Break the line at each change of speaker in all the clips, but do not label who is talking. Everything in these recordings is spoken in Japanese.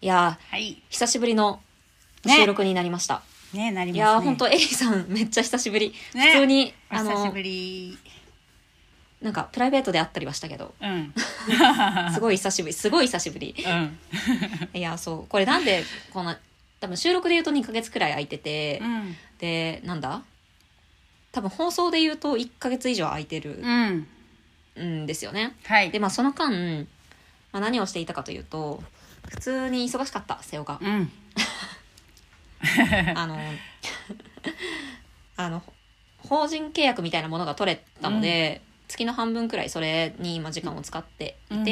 いや
はい
ー、。久しぶりの
ね
収録になりました。
ね、なり
い
ますね。
やー、ほんと、エリさん、めっちゃ久しぶり。
ね
普通に、
お
あ
久し
の
ぶ、り。
なんか、プライベートで会ったりはしたけど、
うん。
すごい久しぶり、すごい久しぶり。
うん。
いやー、そう、これなんで、この、多分収録で言うと2ヶ月くらい空いてて
う、ん。
で、なんだ多分放送で言うと1ヶ月以上空いてる
うん。
んですよね。
はい。
で、まあ、その間、まあ、何をしていたかというと、普通に忙しかった、瀬尾が。
うん。
あの、あの、法人契約みたいなものが取れたので、月の半分くらいそれに今時間を使っていて、
うん
っ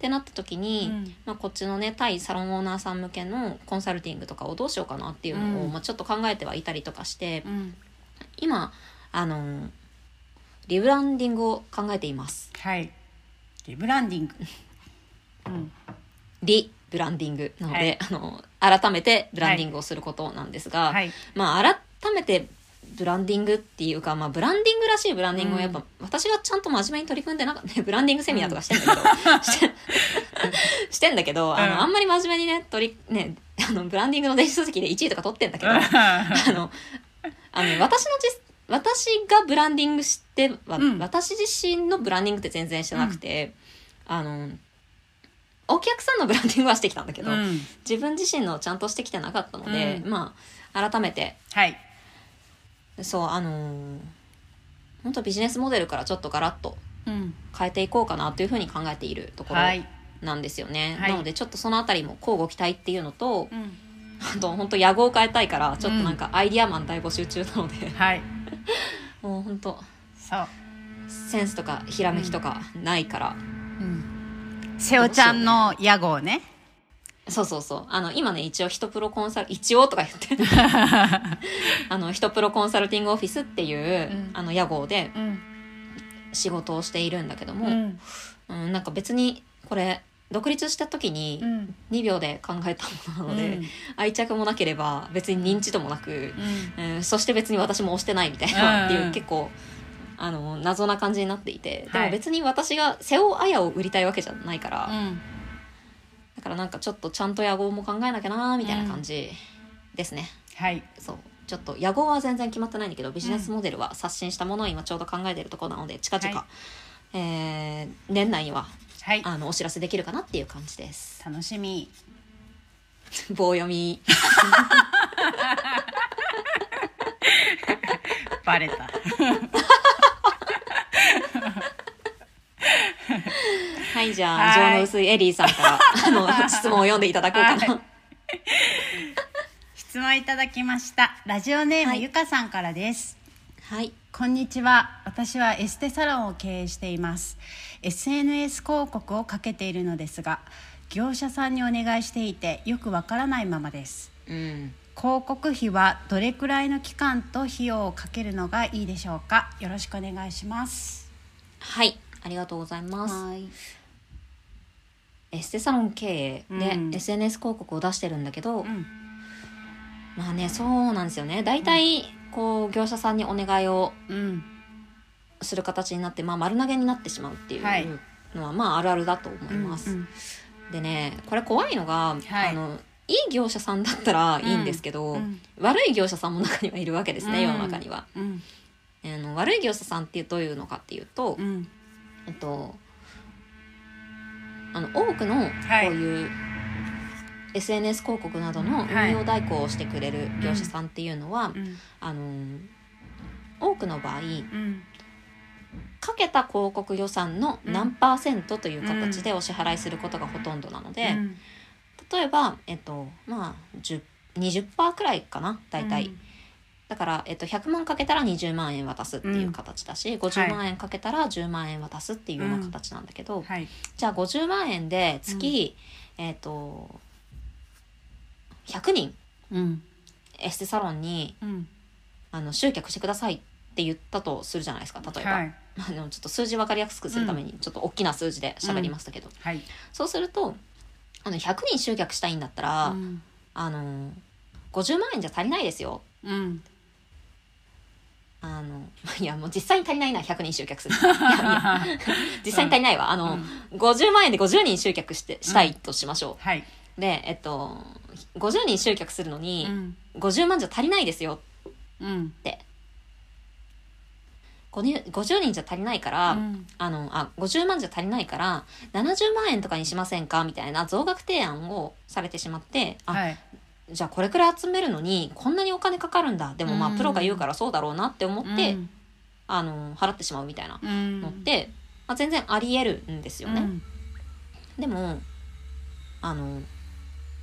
てなった時に、
うん
まあ、こっちのね、対サロンオーナーさん向けのコンサルティングとかをどうしようかなっていうのを、
うん
まあ、ちょっと考えてはいたりとかして、
うん。
今、あの、リブランディングを考えています。
はい。リブランディング。うん。
リブランディングなので、
はい
あの、改めてブランディングをすることなんですが、
はい。
まあ、改めてブランディングっていうか、まあ、ブランディングらしいブランディングを
うん
やっぱ、私がちゃんと真面目に取り組んでなんかったねブランディングセミナーとかしてんだけど、して してんだけどあの、
うん
あんまり真面目にね取りねあのブランディングの電子書籍で1位とか取ってんだけどあのあの私の実私がブランディングしては、
うん
私自身のブランディングって全然してなくて、あのお客さんのブランディングはしてきたんだけど、
うん。
自分自身のちゃんとしてきてなかったので、
うん
まあ改めて
はい。
そうあのー本当ビジネスモデルからちょっとガラッと
うん。
変えていこうかなというふうに考えているところ
はい。
なんですよね、
はい
なのでちょっとそのあたりも交互期待っていうのと
うん。
あと本当野望を変えたいからちょっとなんかアイディアマン大募集中なので、
はい。
もう本当
そう。
センスとかひらめきとかないから、
うん。瀬尾ちゃんの屋号ね。
そうそうそうあの今ね一応一プロコンサル一応とか言 ってあの一プロコンサルティングオフィスっていう、
うん
あの屋号で
うん。
仕事をしているんだけど
う
も、
ん。
うん、なんか別にこれ独立した時に
うん。
2秒で考えたものなので、
うん
愛着もなければ別に認知度もなく、
うん。
うん、そして別に私も押してないみたい
うん
なって
う
い
ん
う結構あの謎な感じになっていて、で
はい
も別に私が瀬尾綾を売りたいわけじゃないから、
うん。
だからなんかちょっとちゃんと野号も考えなきゃなーみたいな感じですね。
はい。
そうちょっと野号は全然決まってないんだけどビジネスモデルは刷新したものを今ちょうど考えているところなので近々、
は
えー年内には
はい。
あのお知らせできるかなっていう感じ です。
楽しみ。
棒読み。
バレた。
はい、じゃあ、
はい
情の薄いエリーさん から、あの、質問を読んでいただこうかな。
はい質問いただきました。ラジオネーム、
はい
ゆかさんからです。
はい。
こんにちは私はエステサロンを経営しています SNS 広告をかけているのですが業者さんにお願いしていてよくわからないままです
うん。
広告費はどれくらいの期間と費用をかけるのがいいでしょうかよろしくお願いします
はい。ありがとうございます。
い
エステサロン経営で、
うん
SNS 広告を出してるんだけど、
うん
まあね、そうなんですよね。大体、こう、業者さんにお願いを
うん
する形になって、まあ、丸投げになってしまうってい
はいう
のは、まあ、あるあるだと思います。
うん
でね、これ怖いのが、
はい
あの、いい業者さんだったらいいんですけど、
うんうん
悪い業者さんも中にはいるわけですね、世の中には。
うん
あの悪い業者さんってどういうのかっていうと、
うん
えっとあの多くのこ
はいう
いう SNS 広告などの
はい
運用代行をしてくれる業者さんっていうのは、
うん
あの多くの場合
うん
かけた広告予算の何パーセントという形でお支払いすることがほとんどなので、
うん
例えば、えっとまあ、10 20%くらいかな大体、だから、えっと、100万かけたら20万円渡すっていう形だし、50万円かけたら10万円渡すっていうような形なんだけど、
うんはい
じゃあ50万円で月、えっと100人
うん
エステサロンに
うん
あの集客してくださいって言ったとするじゃないですか例えば、
はい
まあでもちょっと数字分かりやすくするためにちょっと大きな数字で喋りましたけど、
はい
そうするとあの100人集客したいんだったら、
うん
あの50万円じゃ足りないですよ
うん
あの、いや、もう実際に足りないな、100人集客する。いやいや実際に足りないわ。あの、50万円で50人集客して、したいとしましょう。
はい
で、えっと、50人集客するの
う
に、
ん
50万じゃ足りないですよ
うん
この50人じゃ足りないから、あのあ50万じゃ足りないから70万円とかにしませんかみたいな増額提案をされてしまってあ、
はい
じゃあこれくらい集めるのにこんなにお金かかるんだでもま
う
あ
ん
プロが言うからそうだろうなって思って、
うん
あの払ってしまうみたいな
うん
のって、まあ、全然ありえるんですよね。でもあの、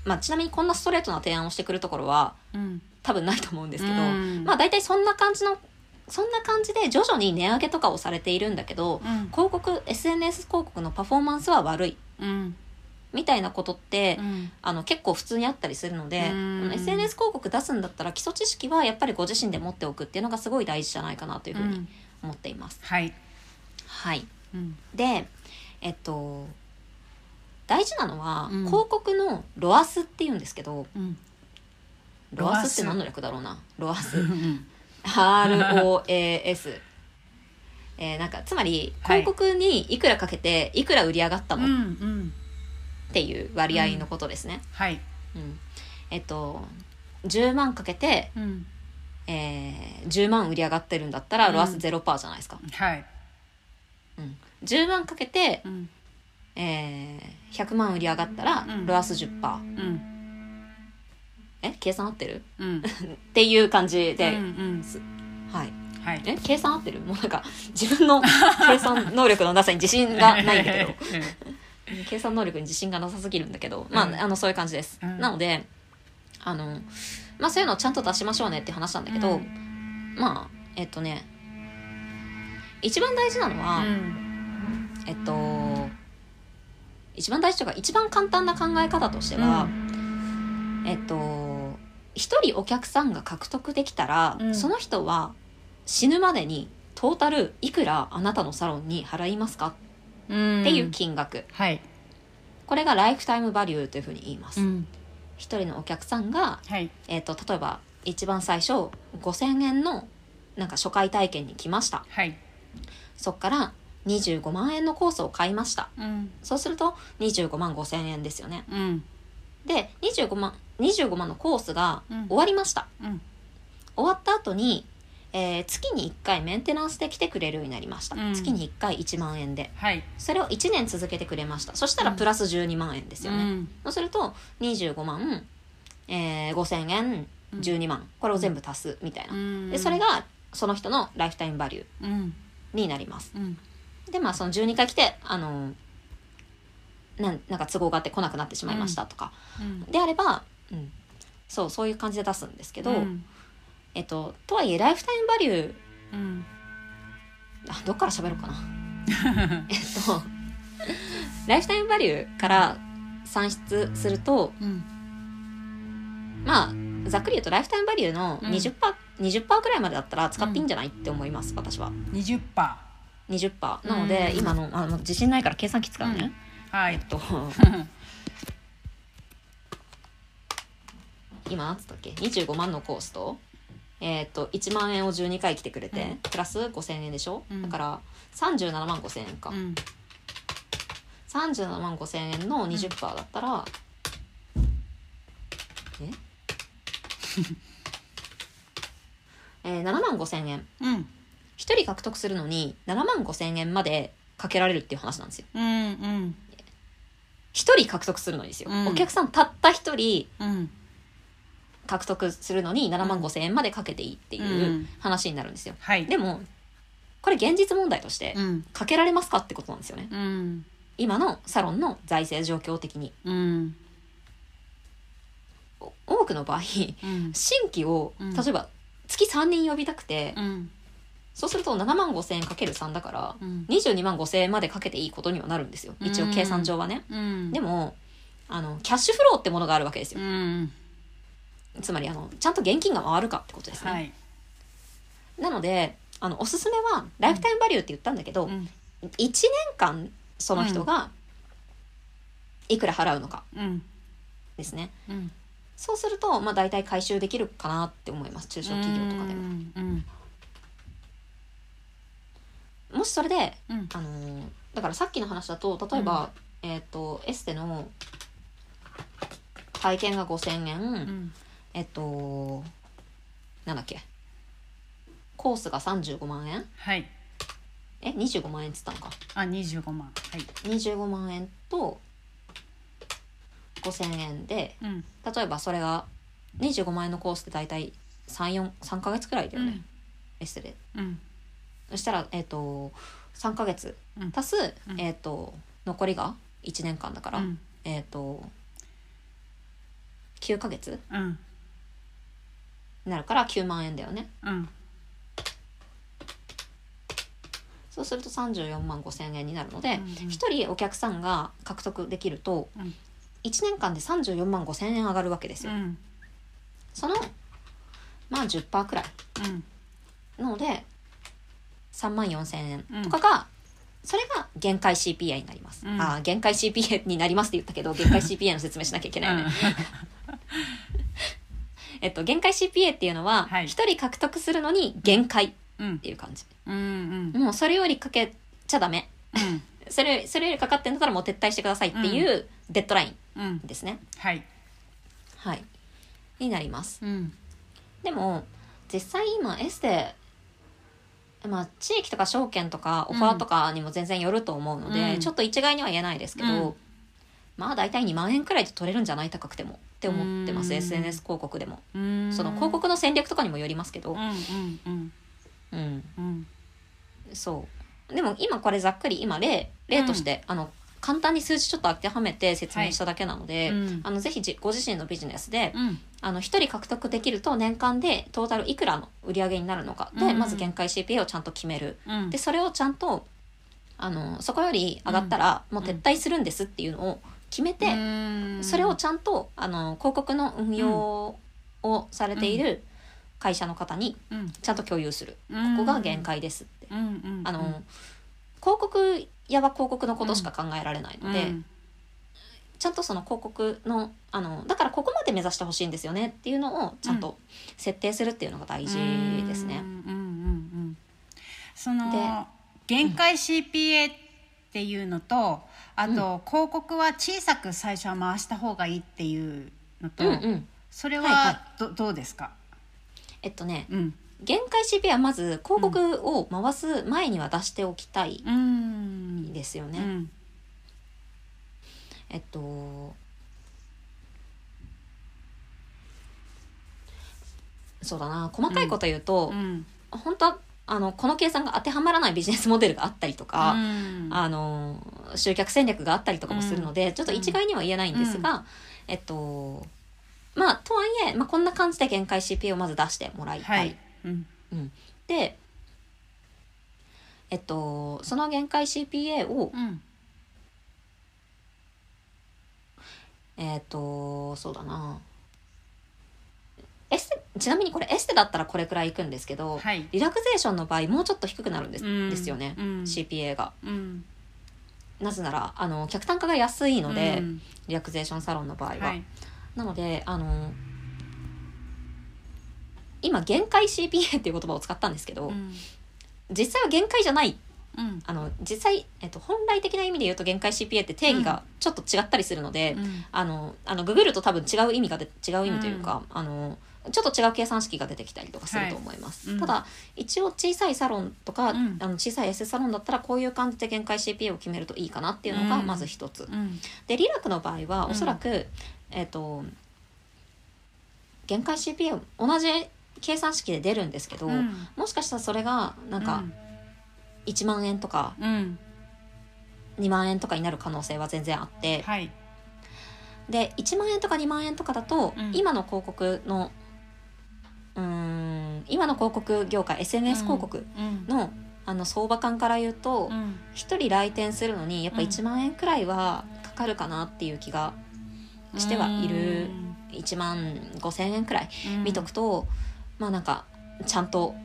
まあ、ちなみにこんなストレートな提案をしてくるところは
うん
多分ないと思うんですけど、
うん
まあ大体そんな感じのそんな感じで徐々に値上げとかをされているんだけど
うん
広告 SNS 広告のパフォーマンスは悪い
うん
みたいなことって、
うん
あの結構普通にあったりするので、
うん
この SNS 広告出すんだったら基礎知識はやっぱりご自身で持っておくっていうのがすごい大事じゃないかなというふう
う
に
ん
思っています。
はい
はい、
うん
でえっと大事なのは、
うん
広告のロアスっていうんですけど
うん
ロ
ロ
ア
ア
ス
ス
って何の略だろうなロア
う
ス
ん
ROAS、えー、なんかつまり
はい
広告にいくらかけていくら売り上がった
うんう
のっ
ん
ていう割合のことですね、
はい
うんえっと10万かけて、
うん
えー、10万売り上がってるんだったら
うん
ロアス0%じゃないですか、
はい
うん、10万かけて、
うん
えー、100万売り上がったら
うん
ロアス10%、
うん
え計算合ってる
うん
っていう感じで、
うん
はい
うんはい
え計算合ってるもうなんか自分 の計算能力のなさに自信がないんだけど計算能力に自信がなさすぎるんだけど、まあ、
うん
あのそういう感じです、
うん
なのであの、まあ、そういうのをちゃんと出しましょうねって話なんだけど、
うん
まあえっとね一番大事なのは、
うん
えっと一番大事というか一番簡単な考え方としては、えっと一人お客さんが獲得できたら、
うん
その人は死ぬまでにトータルいくらあなたのサロンに払いますか
うん
っていう金額、
はい
これがライフタイムバリューというふうに言います。
うん
一人のお客さんが、
はい
えっと例えば一番最初5,000円のなんか初回体験に来ました
はい
そっから25万円のコースを買いました
うん
そうすると25万5,000円ですよね
うん
で25万25万のコースが
うん
終わりました、
うん
終わった後に、えー月に1回メンテナンスで来てくれるようになりました、
うん
月に1回1万円で
はい
それを1年続けてくれましたそしたら
うん
プラス12万円ですよね、
うん
そうすると25万、えー、5000円
うん
12万これを全部足すみたいな、
うん
でそれがその人のライフタイムバリュー
うん
になります
うん
でまあその12回来てあのなんなんか都合があって来なくなってしまいましたとか、
うん
であれば、うん、そうそういう感じで出すんですけど、
うん
えっと、とはいえライフタイムバリュー
うん
あどっから喋ろうかな えっとライフタイムバリューから算出すると
うん
まあざっくり言うとライフタイムバリューの
うん
20%,、20%ぐらいまでだったら使っていいんじゃないって思います私は
二十パ
20%なので、
うん
今のあの自信ないから計算機使うね、
ーは
え
い
っと今何つったっけ25万のコースと,、えっと1万円を12回来てくれて、
うん
プラス5,000円でしょ、
うん
だから37万5,000円か、
うん
37万5,000円の20%だったら、え えー、7万5,000円
うん
一人獲得するのに7万5,000円までかけられるっていう話なんですよ
うんうん
一人獲得するのにですよ、
うん
お客さんたった一人
うん
獲得するのに7万5,000円までかけていいって
う
いうん話になるんですよ
はい
でもこれ現実問題として
うん
かけられますかってことなんですよね
うん
今のサロンの財政状況的に
うん
お多くの場合
うん
新規を
うん
例えば月3人呼びたくて、
うん
そうすると7万5,000円かける3だから
うん
22万5,000円までかけていいことにはなるんですよ一応計算上はね、
うん
で
も
もあのキャッシュフローってものがあるわけです
う
よ、
ん
つまりあのちゃんと現金が回るかってことですね、
はい
なのであのおすすめはライフタイムバリューって言ったんだけど、
うん
1年間その人がいくら払うのか
うん
ですね、
うん
そうするとまあ大体回収できるかなって思います中小企業とかで
う
も、
んうん
もしそれで
うん
あのーだからさっきの話だと例えば、えっ、とエステの体験が5,000円、
うん
えっとなんだっけコースが35万円
はい
え25万円っつったのか
あ25万はい
25万円と5,000円で
うん
例えばそれが25万円のコースって大体343ヶ月くらいだよね、エステで
うん
そしたらえっ、と3ヶ月
うん
足す、
うん
えっ、と残りが1年間だから、
うん
えっ、と9ヶ月
うん
になるから9万円だよね
うん
そうすると34万5千円になるので、
うんうん
一人お客さんが獲得できると
うん
1年間で34万5千円上がるわけです
う
よ、
ん
そのまあ10%くらい
うん
なので3万4千円とかが、それが限界 CPA になります、
うん
ああ限界 CPA になりますって言った けど限界 CPA の説明しなきゃいけないよね、えっと限界 CPA っていうのは
はい
一人獲得するのに限界っ
うん
ていう感じ、
うんうん
もうそれよりかけちゃダメ
うん
それそれよりかかってんだったらもう撤退してくださいっていうデッドライン
うん
ですね、
はい
はいになります
うん
でも実際今エステまあ地域とか証券とかオファーとかにも全然よると思うので、
うん
ちょっと一概には言えないですけど、
うん
まあ大体2万円くらいで取れるんじゃない高くてもって思ってます、
うん
SNS 広告でも
うん
その広告の戦略とかにもよりますけど
うんうんうん
うん
うん
そうでも今これざっくり今例例として、あの簡単に数字ちょっと当てはめて説明しただけなので、
はいうん
あのぜひじご自身のビジネスで、
うん
あの1人獲得できると年間でトータルいくらの売り上げになるのかで、
うん
まず限界 CPA をちゃんと決める
うん
でそれをちゃんとあのそこより上がったらもう撤退するんですっていうのを決めて、
うん
それをちゃんとあの広告の運用をされている会社の方に
うん
ちゃんと共有する、
うん
ここが限界ですって。
うんうん
あの、広告屋は広告のことしか考えられないので、
うん
ちゃんとその広告のあのだからここまで目指してほしいんですよねっていうのをちゃんと設定するっていうのが大事ですね。
うんうんうんうんその
で
限界 CPA っていうのとあと広告は小さく最初は回した方がいいっていうのと
うんうん
それ
はいはい
はどどうですか
えっとね
うん
限界 CP はまず広告を回す前には出しておきたい
うん
ですよね。
うん
えっとそうだな細かいこと言うと、
うん
本当はあのこの計算が当てはまらないビジネスモデルがあったりとか、
うん
あの集客戦略があったりとかもするので、ちょっと一概には言えないんですが、えっとまあとはいえ、まあ、こんな感じで限界 CPA をまず出してもらいたい。
はいうん
うん、でえっとその限界 CPA を、
うん
えっとそうだなエステちなみにこれエステだったらこれくらいいくんですけど、
はい
リラクゼーションの場合もうちょっと低くなるんです,、
うん
ですよね、
うん
CPA が。
うん
なぜならあの客単価が安いので、
うん
リラクゼーションサロンの場合は。
はい
なのであの今限界 CPA っていう言葉を使ったんですけど、
うん
実際は限界じゃない
うん
あの実際、えっと、本来的な意味で言うと限界 CPA って定義がちょっと違ったりするので、
うん
あのあのググると多分違う意味がで違う意味というか、あのちょっと違う計算式が出てきたりとかすると思います、
はいうん
ただ一応小さいサロンとか、
うん
あの小さいエスサロンだったらこういう感じで限界 CPA を決めるといいかなっていうのが
うん
まず一つ、
うん
でリラクの場合は
うん
おそらく、えっ、と限界 CPA 同じ計算式で出るんですけど、
うん
もしかしたらそれがなんか1万円とか
うん
2万円とかになる可能性は全然あって、
はい
で1万円とか2万円とかだと、
うん
今の広告のうーん今の広告業界 SNS 広告
うん
の,、あの相場感から言うと、
うん
一人来店するのにやっぱ
うん
1万円くらいはかかるかなっていう気がしてはいる
うん
1万5,000円くらい
うん
見とくと、まあなんかちゃんと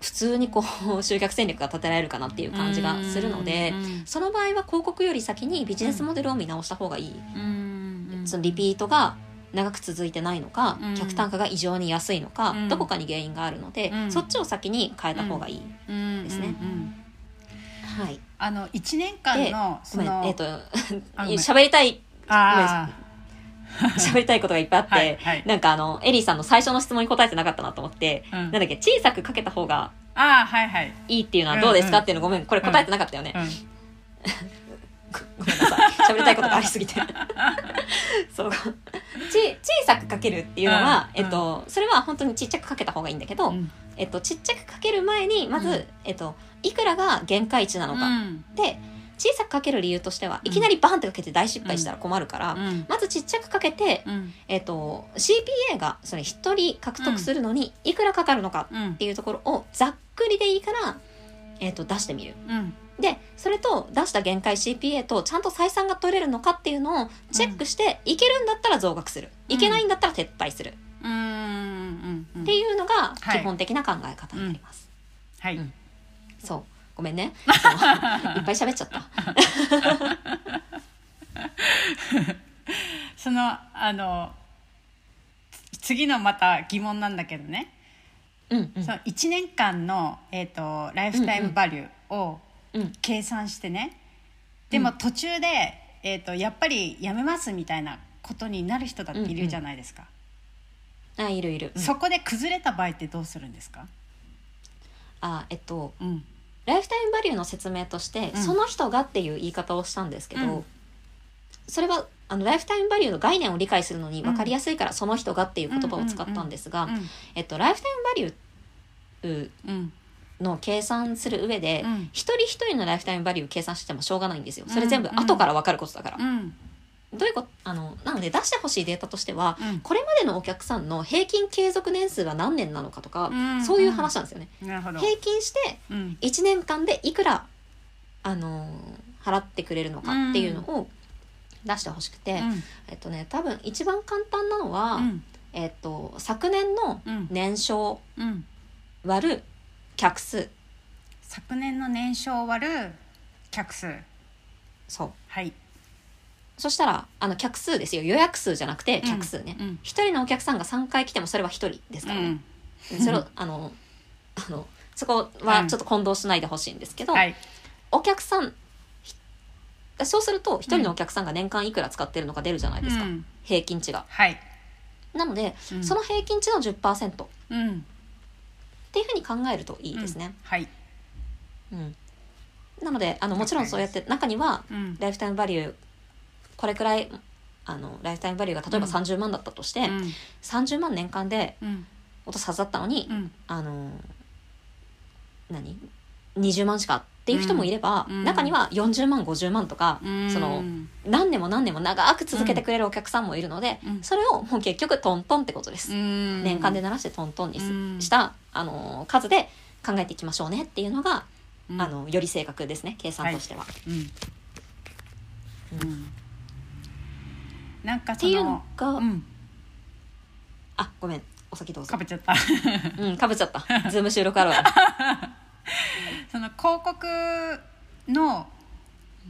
普通にこう 集客戦略が立てられるかなっていう感じがするので
うんうん
その場合は広告より先にビジネスモデルを見直した方がいい。
うん
そのリピートが長く続いてないのか、
うん
客単価が異常に安いのか、
うん
どこかに原因があるので、
うん
そっちを先に変えた方がいい。
うん
ですね
うんうん
はい。
あの一年間
ご
のそ
めん、
の
えっ、と、
あごめん
喋りたい。
あ
喋りたいことがいっぱいあって、
はいはい
なんかあのエリーさんの最初の質問に答えてなかったなと思って、
う
なん
ん
だっけ小さくかけた方が
ああはいはい、
いいっていうのはどうですか
うんうん
っていうのごめんこれ答えてなかったよね、
う
ごめんなさい喋りたいことがありす ぎてそうち小さくかけるっていうのは、
うん
えっと、それは本当にちっちゃくかけた方がいいんだけど、
んうん
えっと、ちっちゃくかける前にまず、
うん
えっと、いくらが限界値なのか、
うん
で小さくかける理由としては
うん
いきなりバンってかけて大失敗したら困るから、
うん
まずちっちゃくかけて、
うん
えっと、CPA がそれ1人獲得するのにいくらかかるのか
うん
っていうところをざっくりでいいから、えっと、出してみる。
うん
でそれと出した限界 CPA とちゃんと採算が取れるのかっていうのをチェックして、いけるんだったら増額するいけないんだったら撤退する、
うんうんうん
っていうのが
はい
基本的な考え方になります。
はい、
うんそうごめん ねそのいっぱい喋っちゃ った。
そのあのつ次のまた疑問なんだけどね、
うんうん
その1年間の、えー、とライフタイムバリューを
うん
計算してね、でも途中で、えー、とやっぱりやめますみたいなことになる人だっているじゃないですか、
あいるいる。うん
そこで崩れた場合ってどうするんですか、
あえっと
うん
ライフタイムバリューの説明として、
うん
その人がっていう言い方をしたんですけど、
うん
それはあのライフタイムバリューの概念を理解するのに分かりやすいから、その人がっていう言葉を使ったんですが、えっと、ライフタイムバリュー
うんうん
の計算する上で、
うん
一人一人のライフタイムバリューを計算してもしょうがないんですよそれ全部後から分かることだから、
うん
どういうことあのなので出してほしいデータとしては、
うん
これまでのお客さんの平均継続年数は何年なのかとか、
うん
そういう話なんですよね、
なるほど、
平均して
うん
1年間でいくら、あのー払ってくれるのかっていうのを出してほしくて、
うん
えっとね多分一番簡単なのは、
うん
えっと、昨年の
うん
年商
うん、
割る客数
昨年の年商割る客数
そう
はい
そしたらあの客数ですよ予約数じゃなくて客数ね、
う
一
ん
人のお客さんが3回来てもそれは1人です
う
からね
ん、
それをあのあのそこはちょっと混同しないでほしいんですけど、
はい
お客さんひそうすると1人のお客さんが年間いくら使ってるのか出るじゃないですか、
うん
平均値が。
はい
なので、
うん
その平均値の10%っ
うん
ていうふうに考えるといいですね。
うんはい
うんなのであのもちろんそうやって中には
うん
ライフタイムバリューこれくらいあのライフタイムバリューが例えば
うん
30万だったとして、
うん
30万年間で
うん
落とすはずだったのに、
うん
あの何20万しかっていう人もいれば、
うんうん
中には40万50万とか、
うん
その何年も何年も長く続けてくれるお客さんもいるので、
うん
それをもう結局トントンってことです。
うん
年間で鳴らしてトントンにす
うん
した、あの数で考えていきましょうねっていうのが、あのより正確ですね計算としては。
うんうんなんか
っ
そ
ていう
の
のが、
うん
あごめんお先どうぞ
か。ぶっちゃった
うんかぶっちゃった。ズーム収録あるわ。
その広告の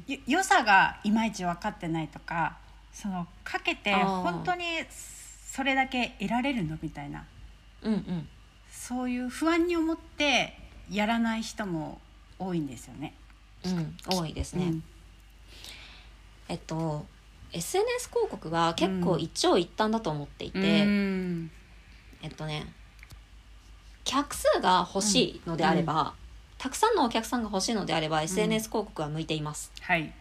よ良さがいまいち分かってないとかそのかけて
あー
本当にそれだけ得られるのみたいな
うんうん。
そういう不安に思ってやらない人も多いんですよね。
うん、多いですね、えっと SNS 広告は結構一長一短だと思っていて、
うんうん
えっとね客数が欲しいのであれば、たくさんのお客さんが欲しいのであれば SNS 広告は向いています、
はい、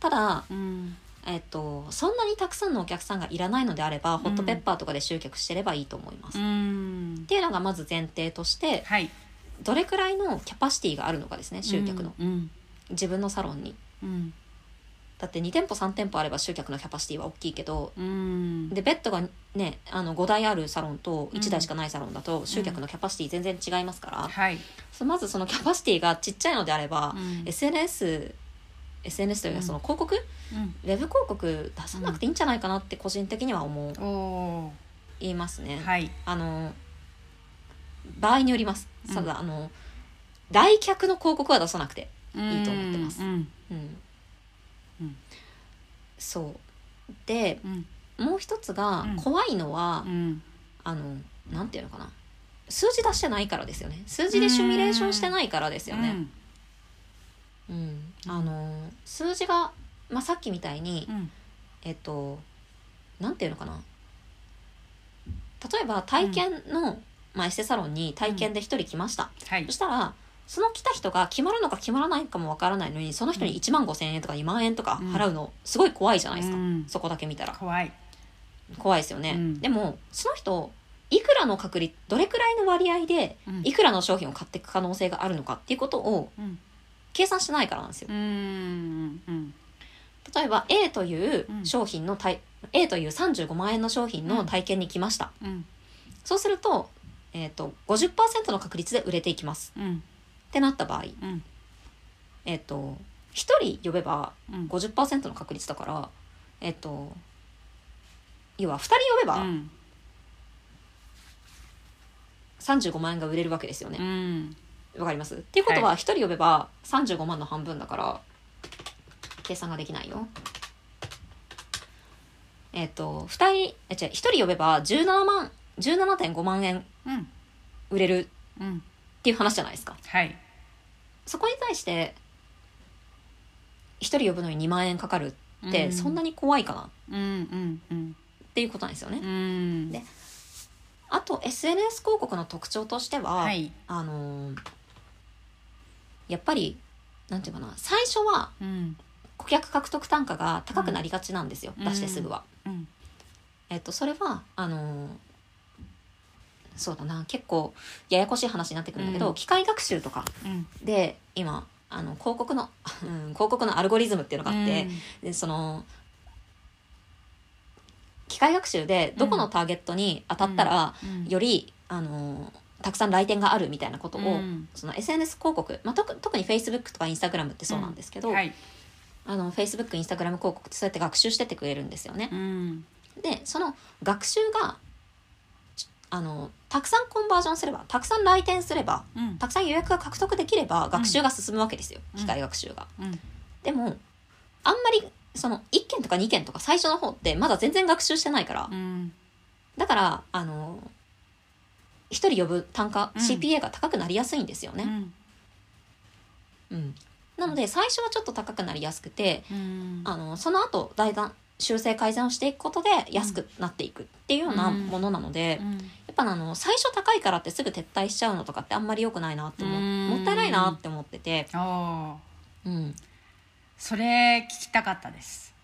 ただ、
うん
えっと、そんなにたくさんのお客さんがいらないのであれば、ホットペッパーとかで集客してればいいと思います、
う
っ
ん
ていうのがまず前提として
はい、
どれくらいのキャパシティがあるのかですね集客の、
うん
自分のサロンに
うん
だって2店舗3店舗あれば集客のキャパシティは大きいけど
うん
でベッドがねあの5台あるサロンと
うん
1台しかないサロンだと集客のキャパシティ全然違いますから、
はい、
そまずそのキャパシティがちっちゃいのであれば、
うん
SNS SNS という
う
か
ん
その広告、ウェブ広告出さなくていいんじゃないかなって個人的には思
うん、お
いますね。
ーはい、
あの場合によります。
うん
ただ、あの来客の広告は出さなくて、いいと思ってます
うん
うん
うん
そうで
うん
もう一つが
うん
怖いのは、
うん
あのなんていうのかな数字出してないからですよね数字でシミュレーションしてないからですよね。うんあの数字が、まあ、さっきみたいに、
うん
えっとなんていうのかな例えば体験の、まあ、エステサロンに体験で1人来ました、
はい
そしたらその来た人が決まるのか決まらないかもわからないのにその人に1万5,000円とか2万円とか払うのすごい怖いじゃないですか、
うん
そこだけ見たら
怖い
怖いですよね、
うん
でもその人いくらの確率どれくらいの割合で
うん
いくらの商品を買っていく可能性があるのかっていうことを
うん
計算しないからなんですよ
うんうんうん
例えば A という
うん
商品の体、A という35万円の商品の体験に来ました、
うん
そうすると,、えー、と50%の確率で売れていきます
うん
ってなった場合、
うん
えー、と1人呼べば
うん
50%の確率だからえっ、と要は2人呼べば
うん
35万円が売れるわけですよね
う。ん
わかりますっていうことは1人呼べば35万の半分だから計算ができないよ。えっ、と2人え違う1人呼べば17万17.5万円
うん
売れる
うん
っていう話じゃないですか。
はい
そこに対して1人呼ぶのに2万円かかるって、
うん
そんなに怖いかなっ
うんうんうん
ていうことなんですよね。
うん
であと SNS 広告の特徴としては、
はい
あのーやっぱりなんていうかな最初は
うん
顧客獲得単価が高くなりがちなんですよ、
うん
出してすぐは。
うん
えっと、それはあのーそうだな結構ややこしい話になってくるんだけど、
うん
機械学習とか
うん
で今あの広告の、 うん、広告のアルゴリズムっていうのがあって、でその機械学習でどこのターゲットに当たったら、
うん
よりあのたくさん来店があるみたいなことを、
うん
その SNS 広告、まあ、特特に Facebook とか Instagram ってそうなんですけど、
はい
あの Facebook、Instagram 広告ってそうやって学習してってくれるんですよね
う。ん
でその学習がちあのたくさんコンバージョンすればたくさん来店すれば
うん
たくさん予約が獲得できれば学習が進むわけですよ、
うん
機械学習が。
うん
でもあんまりその1件とか2件とか最初の方ってまだ全然学習してないから、
うん
だからあの1人呼ぶ単価、
うん
CPA が高くなりやすいんですよね、うんなので最初はちょっと高くなりやすくて
うん
あのその後だいたん修正改善をしていくことで安くなっていくっていうような
うん
ものなので、
う
や
ん
っぱあの最初高いからってすぐ撤退しちゃうのとかってあんまり良くないなって思う
うん
もったいないなって思ってて、
ああ
うん、
それ聞きたかったです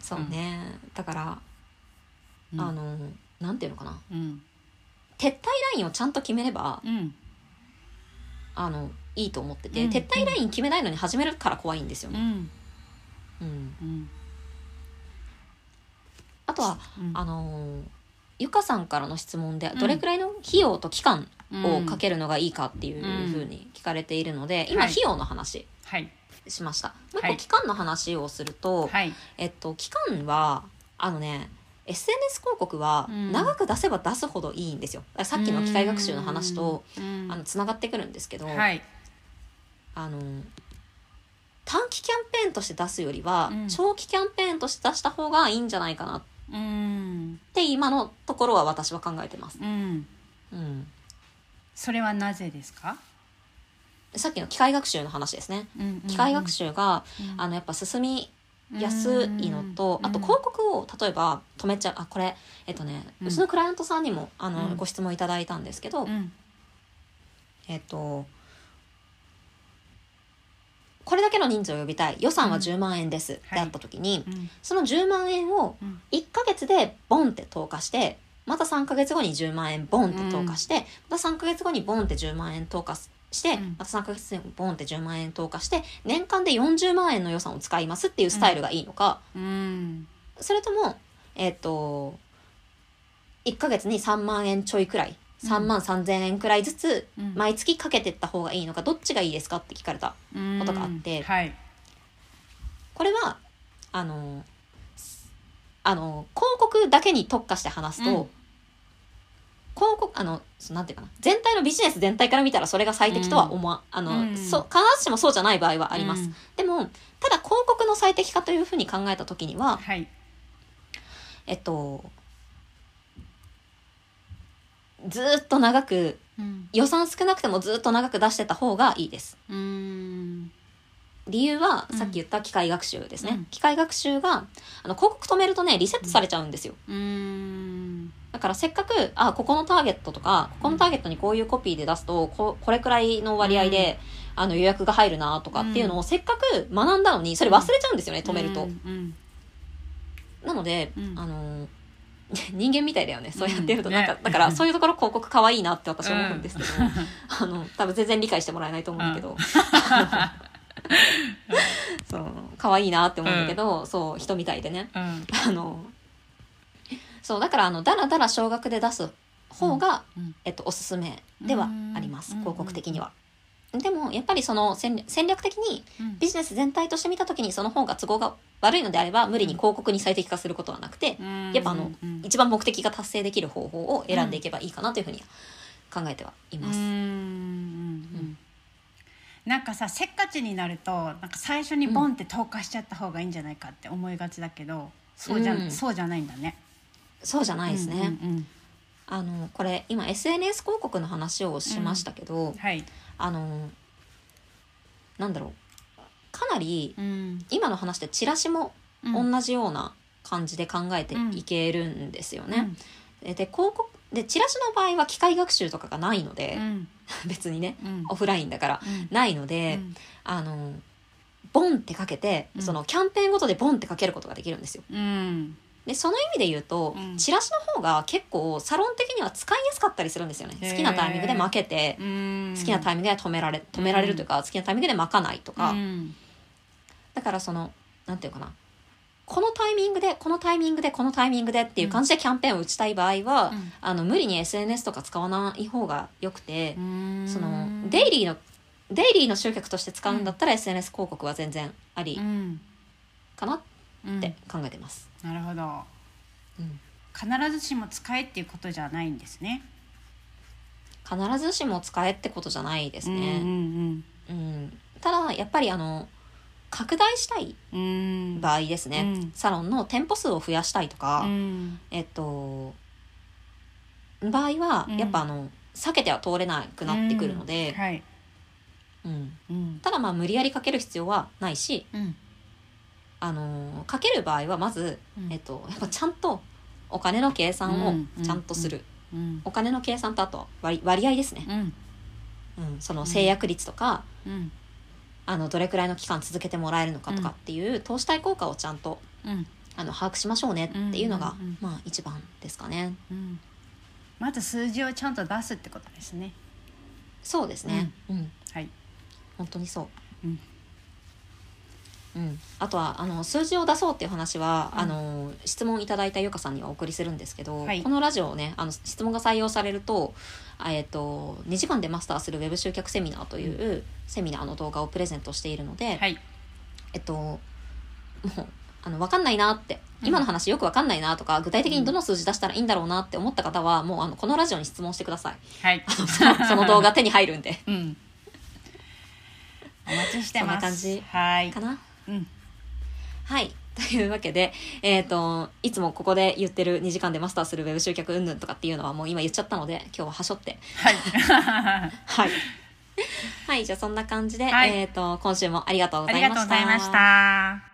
そうね、だから、
うん
あのなんていうのかな
うん
撤退ラインをちゃんと決めれば
うん
あのいいと思ってて、
うん
撤退ライン決めないのに始めるから怖いんですよ
う
ね。
ん
うん、
うん
あとは、
うん
あのーゆかさんからの質問でどれくらいの費用と期間をかけるのがいいかっていうふうに聞かれているので、今
はい
費用の話
はい
しました。
は
もう一個
い
期間の話をすると、
はい
えっと期間はあのね SNS 広告は
うん
長く出せば出すほどいいんですよ。だからさっきの機械学習の話と
うん
あのつながってくるんですけど、
はい
あの短期キャンペーンとして出すよりは、
うん
長期キャンペーンとして出した方がいいんじゃないかなっ
うん
て今のところは私は考えてます、
うん
うん、
それはなぜですか
さっきの機械学習の話ですね
うんうん
機械学習が、あのやっぱ進みやすいのと、あと広告を例えば止めちゃうあこれえっとね、
う
うんちのクライアントさんにもあの、
うん
ご質問いただいたんですけど、
うん
えっとこれだけの人数を呼びたい予算は10万円です、ってあった時に、
うん
その10万円を
うん
1ヶ月でボンって投下してまた3ヶ月後に10万円ボンって投下して、また3ヶ月後にボンって10万円投下して、
うん
また3ヶ月後にボンって10万円投下して年間で40万円の予算を使いますっていうスタイルがいいのか、
うん
それともえっ、と1ヶ月に3万円ちょいくらい3万3,000円くらいずつ
うん
毎月かけてった方がいいのかどっちがいいですかって聞かれたことがあって
うんはい
これはあのあの広告だけに特化して話すと、
うん
広告あのそなんていうかな全体のビジネス全体から見たらそれが最適とは思わ、あの、
うん
そう必ずしもそうじゃない場合はあります、
うん
でもただ広告の最適化というふうに考えた時には
はい
えっとずーっと長く
うん
予算少なくてもずーっと長く出してた方がいいです
うん
理由は
うん
さっき言った機械学習ですね、
うん
機械学習があの広告止めるとねリセットされちゃうんですよ
うーん
だからせっかくあここのターゲットとかここのターゲットにこういうコピーで出すとここれくらいの割合で、あの予約が入るなとかっていうのをせっかく学んだのにそれ忘れちゃうんですよね止めると、
うんうん
なので、
うん
あの 人間みたいだよねそうやってると
うん
なんか、
ね
だからそういうところ広告可愛いなって私は思うんですけど、
うん
あの多分全然理解してもらえないと思うんだけど、 そう可愛いなって思うんだけど、そう人みたいでね
うん
あのそうだからあのだらだら少額で出す方が、
うん
えっと、おすすめではあります、
うん
広告的には。でもやっぱりその戦略戦略的に
うん
ビジネス全体として見た時にその方が都合が悪いのであれば無理に広告に最適化することはなくて、
うん
やっぱあの
うん
一番目的が達成できる方法を選んでいけばいいかなというふうに考えてはいます。
うーんうんうんなんかさせっかちになるとなんか最初にボンって投下しちゃった方がいいんじゃないかって思いがちだけど、そうじゃ、
うん
そうじゃないんだね。
そうじゃないですね、
うんうん
あのこれ今 SNS 広告の話をしましたけど、
うんはい。
あのなんだろうかなり
うん
今の話でチラシも
うん
同じような感じで考えていけるんですよね。で広告でチラシの場合は機械学習とかがないの
う
で、
ん
別にね
うん
オフラインだから
うん
ないので、あのボンってかけて、
うん
そのキャンペーンごとでボンってかけることができるんですよ。
うん
でその意味で言うと、
うん
チラシの方が結構サロン的には使いやすかったりするんですよね。
へー
好きなタイミングで負けて、
うん
好きなタイミングで止められ止められるというか、好きなタイミングで巻かないとか、
うん
だからそのなんていうかなこのタイミングでこのタイミングでこのタイミングでっていう感じでキャンペーンを打ちたい場合は、
うん
あの無理に SNS とか使わない方がよくて、
うん
そのデイリーのデイリーの集客として使うんだったら SNS 広告は全然あり
うん
かなっ
うん
て考えてます。
なるほど
うん
必ずしも使えっていうことじゃないんですね。
必ずしも使えってことじゃないです
う
ね。
ん
うんただやっぱりあの拡大したい
うんうんうん
場合ですね、
うん
サロンの店舗数を増やしたいとか、
うん
えっと場合は
うん
やっぱあの、避けては通れなくなってくるので、
はい。
うん
うん
ただまあ無理やりかける必要はないし、
うん
あのかける場合はまず、
うん
えっと、やっぱちゃんとお金の計算
う
を
ん
ちゃんとする、
うん
お金の計算とあと割割合ですね、
うん
うん、その制約率とか、
うん
あのどれくらいの期間続けてもらえるのかとかっていう、投資対効果をちゃんと
うん
あの把握しましょうねっていうのが、
うんうんうん
まあ一番ですかね。
うんまず数字をちゃんと出すってことですね。
そうですね、うん、
はい。
本当にそうう、
ん
うんあとはあの数字を出そうっていう話は、
うん
あの質問いただいたゆかさんにはお送りするんですけど、
はい
このラジオをねあの質問が採用されると,、えっと2時間でマスターするウェブ集客セミナーという、セミナーの動画をプレゼントしているので、
はい。
えっともうあの分かんないなって今の話よく分かんないなとか、具体的にどの数字出したらいいんだろうなって思った方はもうあのこのラジオに質問してく ださい
はい。
その その動画手に入るんで
うん。お待ちしてます。
そんな感じ
はい
か。な
うん。
はい。 というわけで、えっ、と、いつもここで言ってる2時間でマスターするウェブ集客うんぬんとかっていうのはもう今言っちゃったので、今日ははしょって。
はい。
はい。はい、じゃあそんな感じで、
はい
えっ、と、今週もありがとうご
あ
ざ
り
いま
が
し
と
た。
うございました。